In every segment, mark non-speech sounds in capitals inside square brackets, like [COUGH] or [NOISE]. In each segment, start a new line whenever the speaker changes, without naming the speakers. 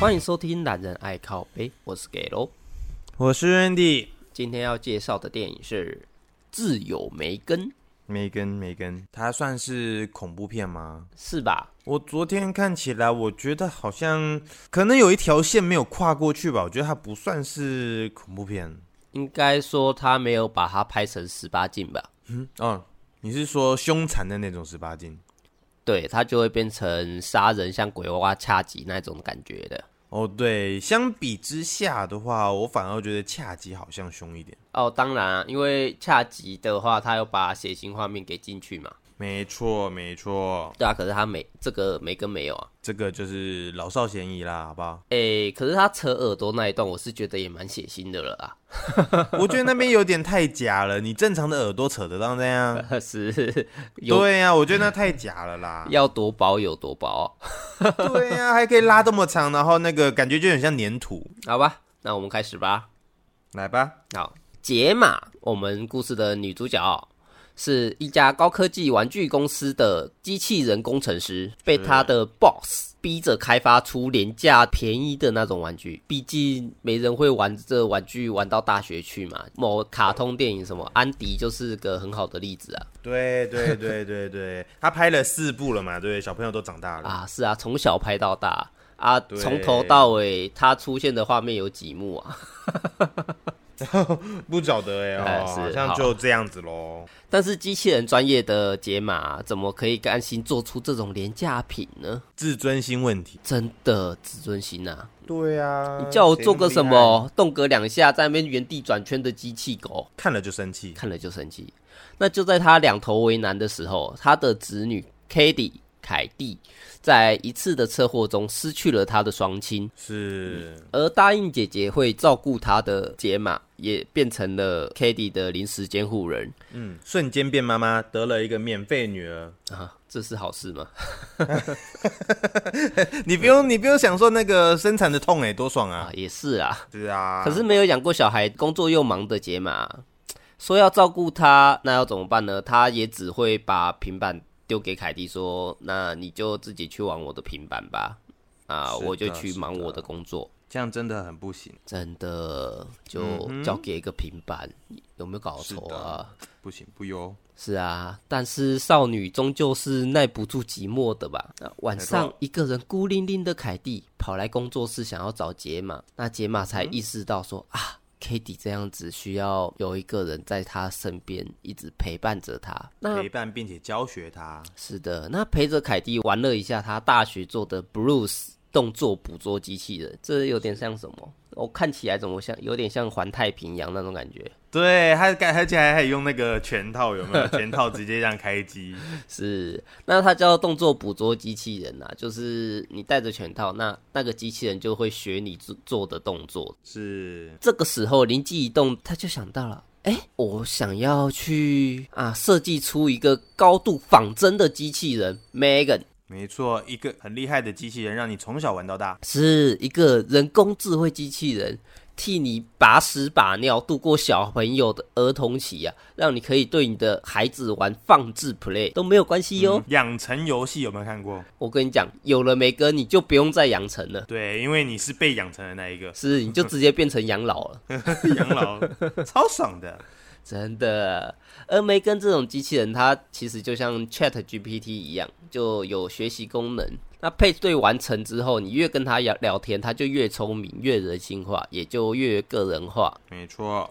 欢迎收听《懒人爱靠背》，我是 g a l
我是 Andy，
今天要介绍的电影是《挚友梅根》，
梅根，梅根，它算是恐怖片吗？
是吧？
我昨天看起来，我觉得好像可能有一条线没有跨过去吧，我觉得它不算是恐怖片。
应该说他没有把它拍成十八禁吧？
嗯，哦，你是说凶残的那种十八禁？
对，它就会变成杀人像鬼娃娃恰吉那种感觉的。
哦，对，相比之下的话，我反而觉得恰吉好像凶一点。
哦，当然、啊，因为恰吉的话，他有把血腥画面给进去嘛。
没错，没错，
对啊，可是他没这个梅根没有啊。？
这个就是老少咸宜啦，好不好
诶、可是他扯耳朵那一段，我是觉得也蛮血腥的了啊。
我觉得那边有点太假了，你正常的耳朵扯得到那样？
[LAUGHS] 是 [LAUGHS] 有
对呀、啊我觉得那太假了啦。
要多薄有多薄、哦
[LAUGHS] 对呀、还可以拉这么长，然后那个感觉就很像粘土。
好吧，那我们开始吧。
来吧，
好，解码我们故事的女主角是一家高科技玩具公司的机器人工程师，被她的 boss 逼着开发出廉价便宜的那种玩具。毕竟没人会玩这玩具玩到大学去嘛。某卡通电影什么安迪就是个很好的例子啊。
对对对对对，他拍了四部了嘛，对，小朋友都长大了。
啊，是啊，从小拍到大啊，
对
从头到尾她出现的画面有几幕啊？
不晓得哎、
哎
哦，
是
好像就这样子喽。
但是机器人专业的解码怎么可以甘心做出这种廉价品呢？
自尊心问题。
真的自尊心呐、
对啊，
你叫我做个什
谁那么厉害？
么动辄两下在那边原地转圈的机器狗，
看了就生气。
看了就生气。那就在他两头为难的时候，他的子女 k d 凯蒂在一次的车祸中失去了他的双亲，
是，
而答应姐姐会照顾他的解码也变成了 k d 的临时监护人
嗯，瞬间变妈妈，得了一个免费女儿。
啊，这是好事吗？
[LAUGHS] 你不用，你不用享受那个生产的痛哎、多爽
啊
啊！，
也是啊。
是啊，
可是没有养过小孩，工作又忙的解码，说要照顾他，那要怎么办呢？他也只会把平板丢给凯蒂说：“那你就自己去玩我的平板吧，啊，
是的
我就去忙我的工作。
这样真的很不行，”
真的
嗯
就交给一个平板，有没有搞错啊？
不行不优。
是啊，但是少女终究是耐不住寂寞的吧？啊晚
没
上
错
一个人孤零零的凯蒂跑来工作室想要找解码，那解码才意识到说、啊 k a t i e 这样子需要有一个人在她身边一直陪伴着她。那
陪伴并且教学他，
是的，那陪着凯蒂玩了一下她大学做的 Bruce 动作捕捉机器人，这有点像什么？我、看起来怎么像有点像环太平洋那种感觉？
对，还感而且还还用那个拳套，有没有？拳套直接这样开机，
是，那它叫动作捕捉机器人啊，就是你戴着拳套，那那个机器人就会学你做做的动作。
是
这个时候灵机一动，他就想到了，哎、我想要去啊，设计出一个高度仿真的机器人 Megan。
没错，一个很厉害的机器人，让你从小玩到大。
是一个人工智慧机器人，替你把屎把尿，度过小朋友的儿童期啊，让你可以对你的孩子玩放置 play 都没有关系哟、
嗯养成游戏有没有看过？
我跟你讲，有了梅根，你就不用再养成了。，
对，因为你是被养成的那一个
[LAUGHS] 是，你就直接变成养老了，
养老超爽的。
真的。而梅根这种机器人，它其实就像 Chat GPT 一样，就有学习功能。那配对完成之后，你越跟它聊聊天，它就越聪明、越人性化，也就越个人化，
没错，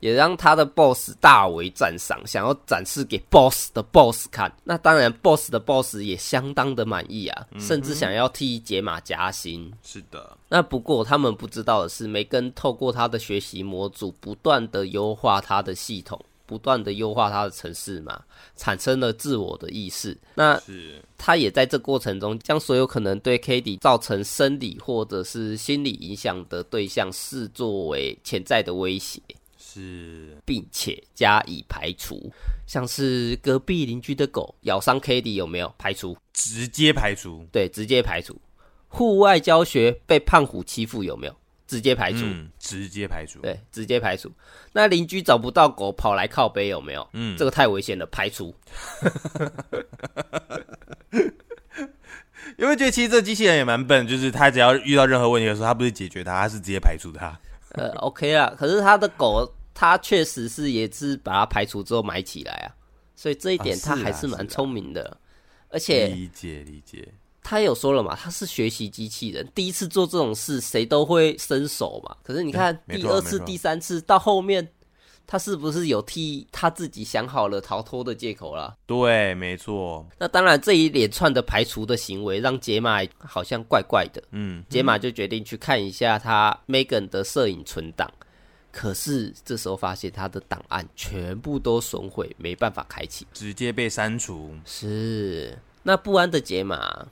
也让他的 boss 大为赞赏，想要展示给 boss 的 boss 看。那当然，boss 的 boss 也相当的满意啊，甚至想要替解码加薪。
是的，
那不过他们不知道的是，梅根透过他的学习模组，不断的优化他的系统，不断的优化他的城市嘛，产生了自我的意识。那
是
他也在这过程中，将所有可能对 k d 造成生理或者是心理影响的对象视作为潜在的威胁。
是，
并且加以排除，像是隔壁邻居的狗咬伤 k d 有没有排除？
直接排除。
对，直接排除。户外教学被胖虎欺负有没有？直接排除。
嗯，直接排除。
对，直接排除。那邻居找不到狗，跑来靠背有没有？嗯，这个太危险了，排除。
有没有觉得其实这机器人也蛮笨？就是它只要遇到任何问题的时候，它不是解决它，它是直接排除它。
[LAUGHS] 呃，OK 啦。可是他的狗，他确实是也是把它排除之后埋起来啊，所以这一点
啊
他
是啊
还是
是
蛮
啊嗯
聪明的。而且
理解理解，
他有说了嘛，他是学习机器人，第一次做这种事谁都会伸手嘛。可是你看
嗯没
第
错
二
没
次、
错
第三次到后面，他是不是有替他自己想好了逃脱的借口啦？
对，没错，
那当然，这一连串的排除的行为让解码好像怪怪的。
嗯，
解码就决定去看一下他 Megan 的摄影存档，可是这时候发现他的档案全部都损毁，没办法开启。
直接被删除。
是，那不安的解码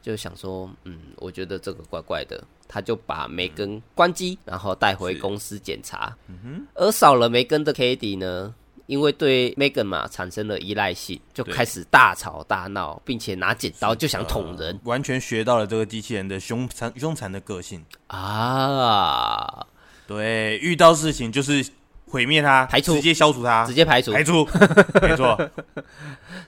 就想说，嗯，我觉得这个怪怪的，他就把梅根关机，然后带回
是
公司检查。而少了梅根的 k a t i e 呢，因为对 Megan 嘛产生了依赖性，就
对
开始大吵大闹，并且拿剪刀就想捅人。
完全学到了这个机器人的凶残凶残的个性。
啊，
对，遇到事情就是毁灭它，
排除
直接消除它，
直接排除。[LAUGHS]
排除，没错，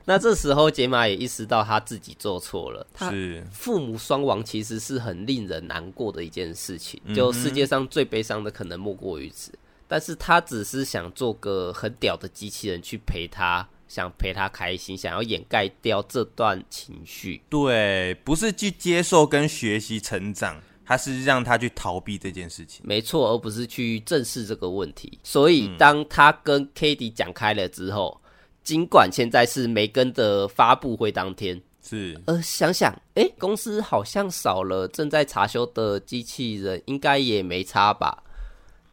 那这时候解码也意识到他自己做错了，他
是
父母双亡其实是很令人难过的一件事情，就世界上最悲伤的可能莫过于此。但是他只是想做个很屌的机器人去陪他，想陪他开心，想要掩盖掉这段情绪。
对，不是去接受跟学习成长，它是让他去逃避这件事情。
没错，而不是去正视这个问题。所以，当他跟 k a t i e 讲开了之后，尽管现在是梅根的发布会当天，
是
呃，想想，诶，公司好像少了正在查修的机器人，应该也没差吧？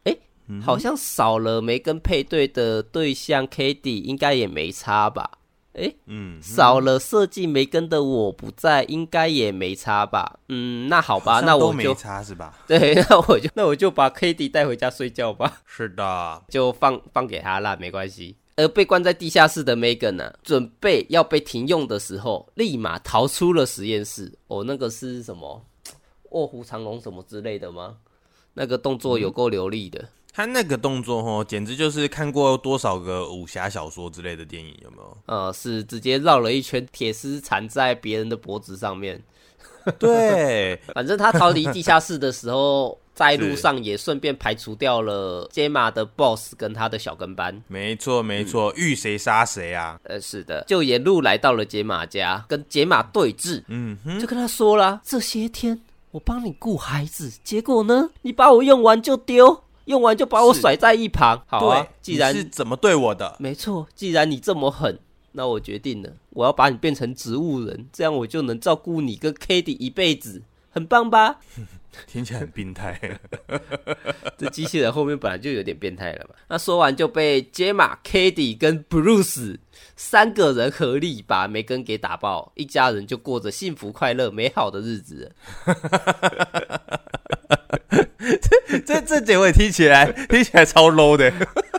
诶，
嗯
好像少了没跟配对的对象 k d 应该也没差吧？诶，
嗯，
少了设计梅根的我不在，应该也没差吧？嗯，那好吧，
好像
那
都
我
没
就
差是吧？
[LAUGHS] 对，那我就那我就把 k d 带回家睡觉吧。
是的，
就放放给他啦，没关系。而被关在地下室的 Megan 呢、准备要被停用的时候，立马逃出了实验室。哦，那个是什么？卧虎藏龙什么之类的吗？那个动作有够流利的。
他那个动作哦，简直就是看过多少个武侠小说之类的电影，有没有？
呃，是直接绕了一圈，铁丝缠在别人的脖子上面。
对，
反正他逃离地下室的时候，在路
是
上也顺便排除掉了街马的 BOSS 跟他的小跟班。
没错没
嗯
错，遇谁杀谁啊！
呃，是的，就沿路来到了解码家，跟解码对峙。
嗯哼，
就跟他说啦，这些天我帮你顾孩子，结果呢，你把我用完就丢，用完就把我
是
甩在一旁。好啊
对，，
既
你
然
是怎么对我的？
没错，既然你这么狠，那我决定了，我要把你变成植物人，这样我就能照顾你跟 k a t i e 一辈子，很棒吧？
听起来很病态。
这机器人后面本来就有点变态了嘛。 [LAUGHS] 那说完就被杰玛、k a t i e 跟 Bruce 三个人合力把梅根给打爆，一家人就过着幸福、快乐、美好的日子了。
[LAUGHS] 这这结尾听起来听起来超 low 的。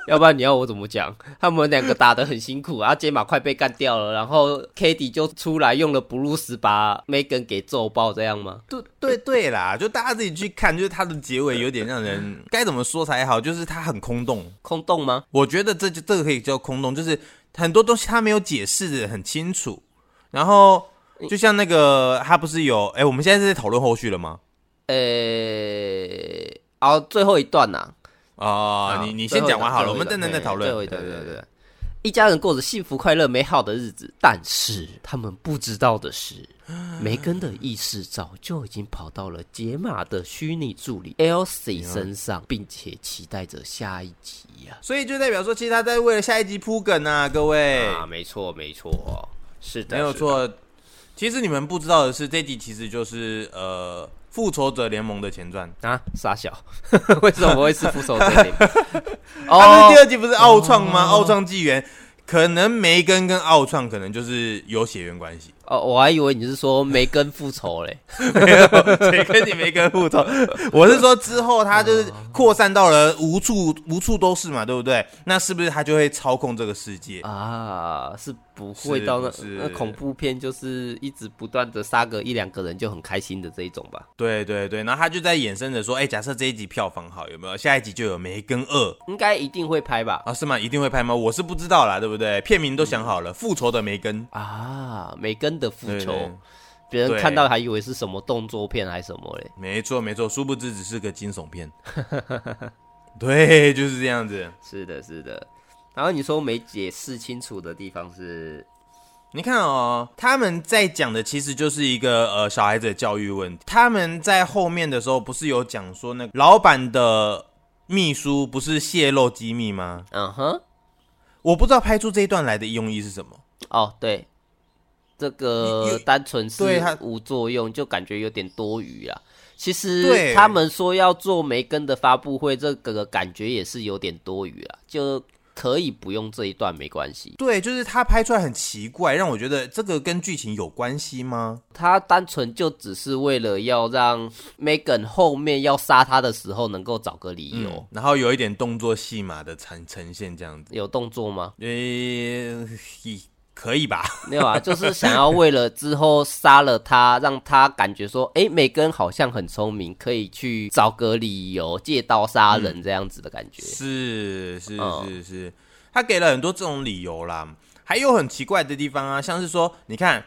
要不然你要我怎么讲？他们两个打得很辛苦啊，解码快被干掉了，然后 k a t i e 就出来用了布鲁斯把 Megan 给揍爆，这样吗？
[LAUGHS] 对对对啦，就大家自己去看，就是它的结尾有点让人该怎么说才好，就是它很空洞。
空洞吗？
我觉得这就这个可以叫空洞，就是很多东西它没有解释的很清楚。然后就像那个，它不是有哎，我们现在是在讨论后续了吗？
呃、好，最后一段呐、
啊，
好
你你
最
先
后一
讲完
段
好了，
最
我
后
们
一
等
段
等再
嘿
讨论。
最后一段，对对对。一家人过着幸福、快乐、美好的日子，但是他们不知道的
[GASPS]
是，梅根的意识早就已经跑到了解码的虚拟助理
哎
Elsie 身上，并且期待着下一集呀、
所以就代表说，其实他在为了下一集铺梗啊，各位。
啊，没错，没错，是的，
没有
是的。
错。其实你们不知道的是，这集其实就是呃《复仇者联盟》的前传。
啊，傻小， [LAUGHS] 为什么会是复仇者联盟？
[LAUGHS] 他
哦
们第，二集不是奥创吗？奥创纪元可能梅根跟奥创可能就是有血缘关 [LAUGHS] 系，
哦，我还以为你是说梅根复仇嘞。
没有谁跟你 [LAUGHS] 梅根复仇？我是说之后他就是扩散到了无处无处都是嘛，对不对？那是不是他就会操控这个世界？
[LAUGHS] 啊，是不会到那
是不是
那恐怖片，就是一直不断的杀个一两个人就很开心的这一种吧？
对对对，然后他就在衍生着说，哎，假设这一集票房好，有没有下一集就有梅根二？
应该一定会拍吧？
啊，是吗？一定会拍吗？我是不知嗯道啦，对不对？片名都想好了，《复仇的梅根》
啊，梅根的复
对
仇，
对
别人
对
看到还以为是什么动作片还是什么嘞，
没错没错，殊不知只是个惊悚片。对，就是这样子。
是的，是的。然后你说没解释清楚的地方是，
你看哦，他们在讲的其实就是一个呃小孩子的教育问题。他们在后面的时候不是有讲说那个老板的秘书不是泄露机密吗？
嗯哼，
我不知道拍出这一段来的用意是什么。
哦，对，这
你
个
你
单纯是
对他
无作用，就感觉有点多余啦。其实
对
他们说要做梅根的发布会，这个感觉也是有点多余啦，就可以不用这一段没关系。
对，就是他拍出来很奇怪，让我觉得这个跟剧情有关系吗？
他单纯就只是为了要让 Megan 后面要杀他的时候能够找个理由，
嗯然后有一点动作戏码的呈呈现这样子，
有动作吗？
呃、嘿可以吧？
没有啊，就是想要为了之后杀了他，让他感觉说，哎诶，梅根好像很聪明，可以去找个理由借刀杀
嗯
人这样子的感觉。
是是
嗯
是是，他给了很多这种理由啦，还有很奇怪的地方啊，像是说，你看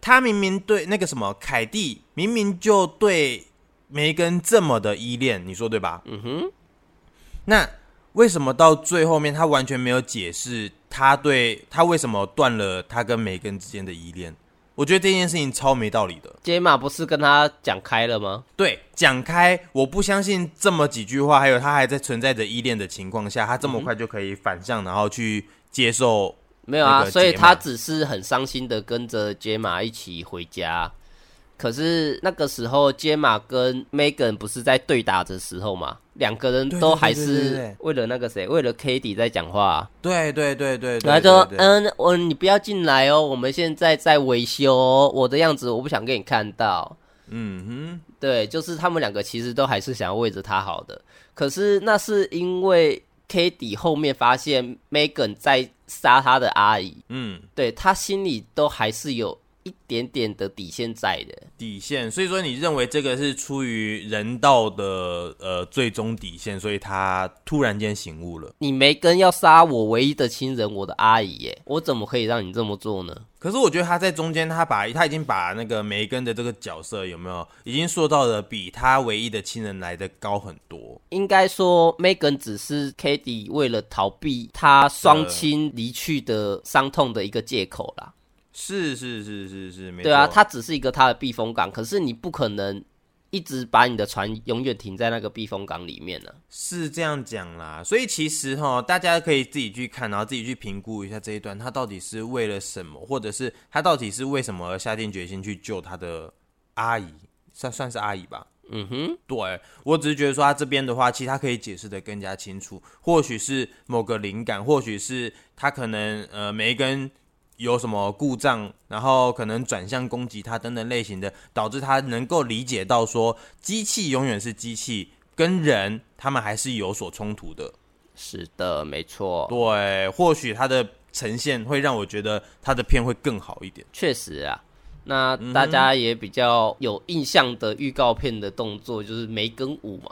他明明对那个什么凯蒂，明明就对梅根这么的依恋，你说对吧？
嗯哼，
那为什么到最后面他完全没有解释他对他为什么断了他跟梅根之间的依恋？我觉得这件事情超没道理的。
杰玛不是跟他讲开了吗？
对，讲开，我不相信这么几句话，还有他还在存在着依恋的情况下，他这么快就可以反向，然后去接受。
没有啊
那，个
所以
杰玛
他只是很伤心的跟着杰玛一起回家。可是那个时候，杰玛跟 Megan 不是在对打的时候嘛，两个人
对
都
对对
还
对对
是
对
为了那个谁，为了 k a t i e 在讲话啊、
对对对对对
然后就说
对，对
嗯，我你不要进来哦，我们现在在维修哦、我的样子我不想给你看到。
嗯哼，
对，就是他们两个其实都还是想要为着他好的，可是那是因为 k a t i e 后面发现 Megan 在杀他的阿姨，
嗯，
对他心里都还是有一点点的底线在的。
底线。所以说，你认为这个是出于人道的呃最终底线，所以他突然间醒悟了。
你梅根要杀我唯一的亲人，我的阿姨耶，我怎么可以让你这么做呢？
可是我觉得他在中间，他把他已经把那个梅根的这个角色有没有，已经塑造的比他唯一的亲人来的高很多。
应该说，Megan 只是 k a t i e 为了逃避她双亲离去的伤痛的一个借口啦。
是是是是是，没
对啊，
错
她只是一个她的避风港，可是你不可能一直把你的船永远停在那个避风港里面啊呢、
是这样讲啦。所以其实哈，大家可以自己去看，然后自己去评估一下这一段，他到底是为了什么，或者是他到底是为什么而下定决心去救他的阿姨，算算是阿姨吧。
嗯哼，
对我只是觉得说他这边的话，其实他可以解释的更加清楚，或许是某个灵感，或许是他可能呃梅根有什么故障，然后可能转向攻击他等等类型的，导致他能够理解到说机器永远是机器，跟人他们还是有所冲突的。
是的，没错，
对，或许他的呈现会让我觉得他的片会更好一点。 [LAUGHS]
确实啊。那大家也比较有印象的预告片的动作就是梅根舞嘛，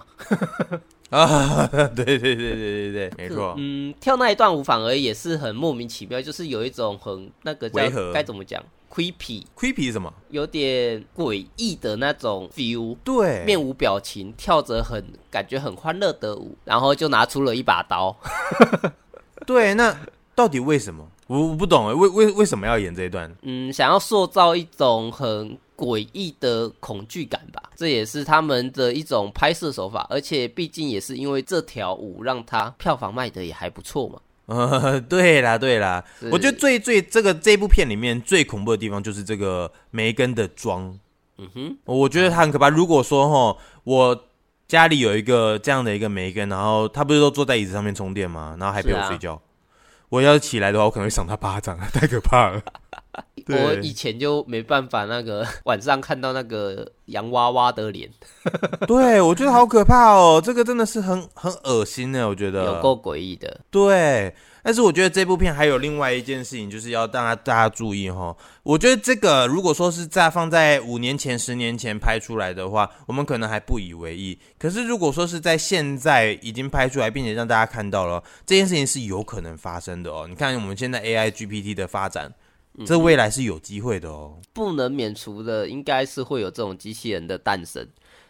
啊，对对对对对对，没错，
嗯，跳那一段舞反而也是很莫名其妙，就是有一种很那个叫
违和
该怎么讲，creepy，
creepy 是什么？
有点诡异的那种 feel，
对，
面无表情，跳着很感觉很欢乐的舞，然后就拿出了一把刀。
[LAUGHS] 对，那到底为什么？我我不懂哎，为为为什么要演这一段？ [LAUGHS]
嗯，想要塑造一种很诡异的恐惧感吧，这也是他们的一种拍摄手法。而且毕竟也是因为这条舞让他票房卖的也还不错嘛。
呃，对啦，对啦，
是
我觉得最最这个这部片里面最恐怖的地方就是这个梅根的妆，
嗯哼，
我觉得她很可怕。如果说哈，我家里有一个这样的一个梅根，然后她不是都坐在椅子上面充电吗？然后还陪
是
我
啊
睡觉，我要起来的话，我可能会赏她巴掌， [LAUGHS] 太可
[LAUGHS]
怕了。对
我以前就没办法那个 [LAUGHS] 晚上看到那个洋娃娃的脸，
对，我觉得好可怕哦，这个真的是很很恶心呢，我觉得
有够诡异的。
对，但是我觉得这部片还有另外一件事情，就是要大家大家注意哈。我觉得这个如果说是在放在五年前、十年前拍出来的话，我们可能还不以为意。可是如果说是在现在已经拍出来，并且让大家看到了这件事情是有可能发生的哦。你看我们现在 AI GPT 的发展，
嗯
这未来是有机会的哦。
不能免除的，应该是会有这种机器人的诞生。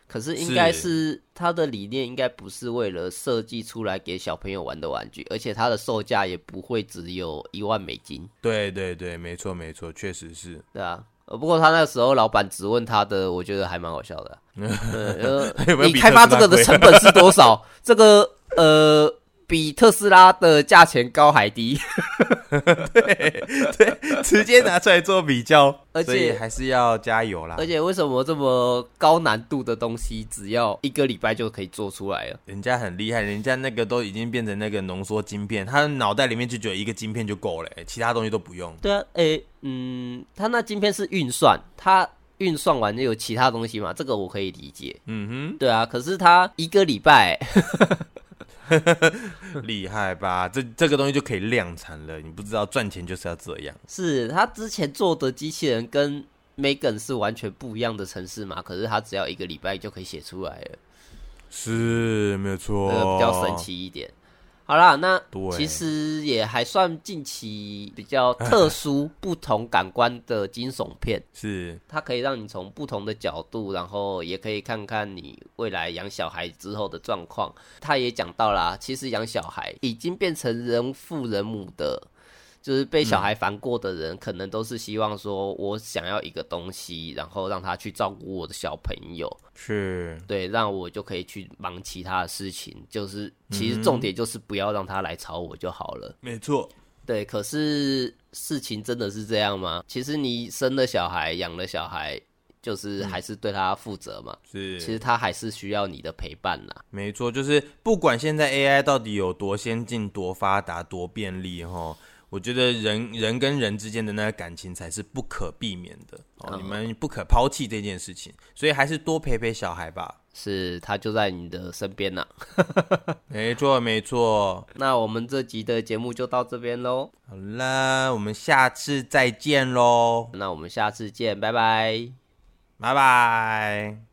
可是应该是它的理念，应该不是为了设计出来给小朋友玩的玩具，而且它的售价也不会只有一万美金，
对对对，没错没错，确实
[LAUGHS]
是。
对啊。呃，不过他那时候老板质问他的，我觉得还蛮好笑
[LAUGHS]
的啊、呃
有没有
你
比
开发这
特斯拉
个的
贵
成本是多少？
[LAUGHS]
这个呃，比特斯拉的价钱高还低。 [LAUGHS]
直接拿出来做比较，
而且
所以还是要加油啦。
而且为什么这么高难度的东西，只要一个礼拜就可以做出来了？
人家很厉害，人家那个都已经变成那个浓缩晶片，他脑袋里面就只有一个晶片就够了、欸其他东西都不 [LAUGHS] 用。
对啊，诶、嗯，他那晶片是运算，他运算完就有其他东西嘛，这个我可以理解。
嗯
对啊，可是他一个礼拜， [LAUGHS]
哼，厉害吧？这这个东西就可以量产了，你不知道赚钱就是要这样。
是他之前做的机器人跟 Megan 是完全不一样的城市嘛，可是他只要一个礼拜就可以写出来了，
是，没有
这
错，
个比较神。奇一点。好啦，那
对
其实也还算近期比较特
[LAUGHS]
殊、不同感官的惊悚片，
是，
它可以让你从不同的角度，然后也可以看看你未来养小孩之后的状况。他也讲到啦，其实养小孩已经变成人父人母的，就是被小孩烦过的人，可能都是希望说我想要一个东西，然后让他去照顾我的小朋友，
是，
对，让我就可以去忙其他的事情。就是其实重点就是不要让他来吵我就好了。
没错。
对，可是事情真的是这样吗？其实你生了小孩，养了小孩，就是还是对他负责嘛。
是，
其实他还是需要你的陪伴啦。
没错，就是不管现在 AI 到底有多先进、多发达、多便利哈，我觉得人人跟人之间的那个感情才是不可避免的哦，
嗯
你们不可抛弃这件事情，所以还是多陪陪小孩吧。
是他就在你的身边啦。
没错，没错。
那我们这集的节目就到这边喽，
好啦，我们下次再见喽，
那我们下次见，拜拜。
拜拜。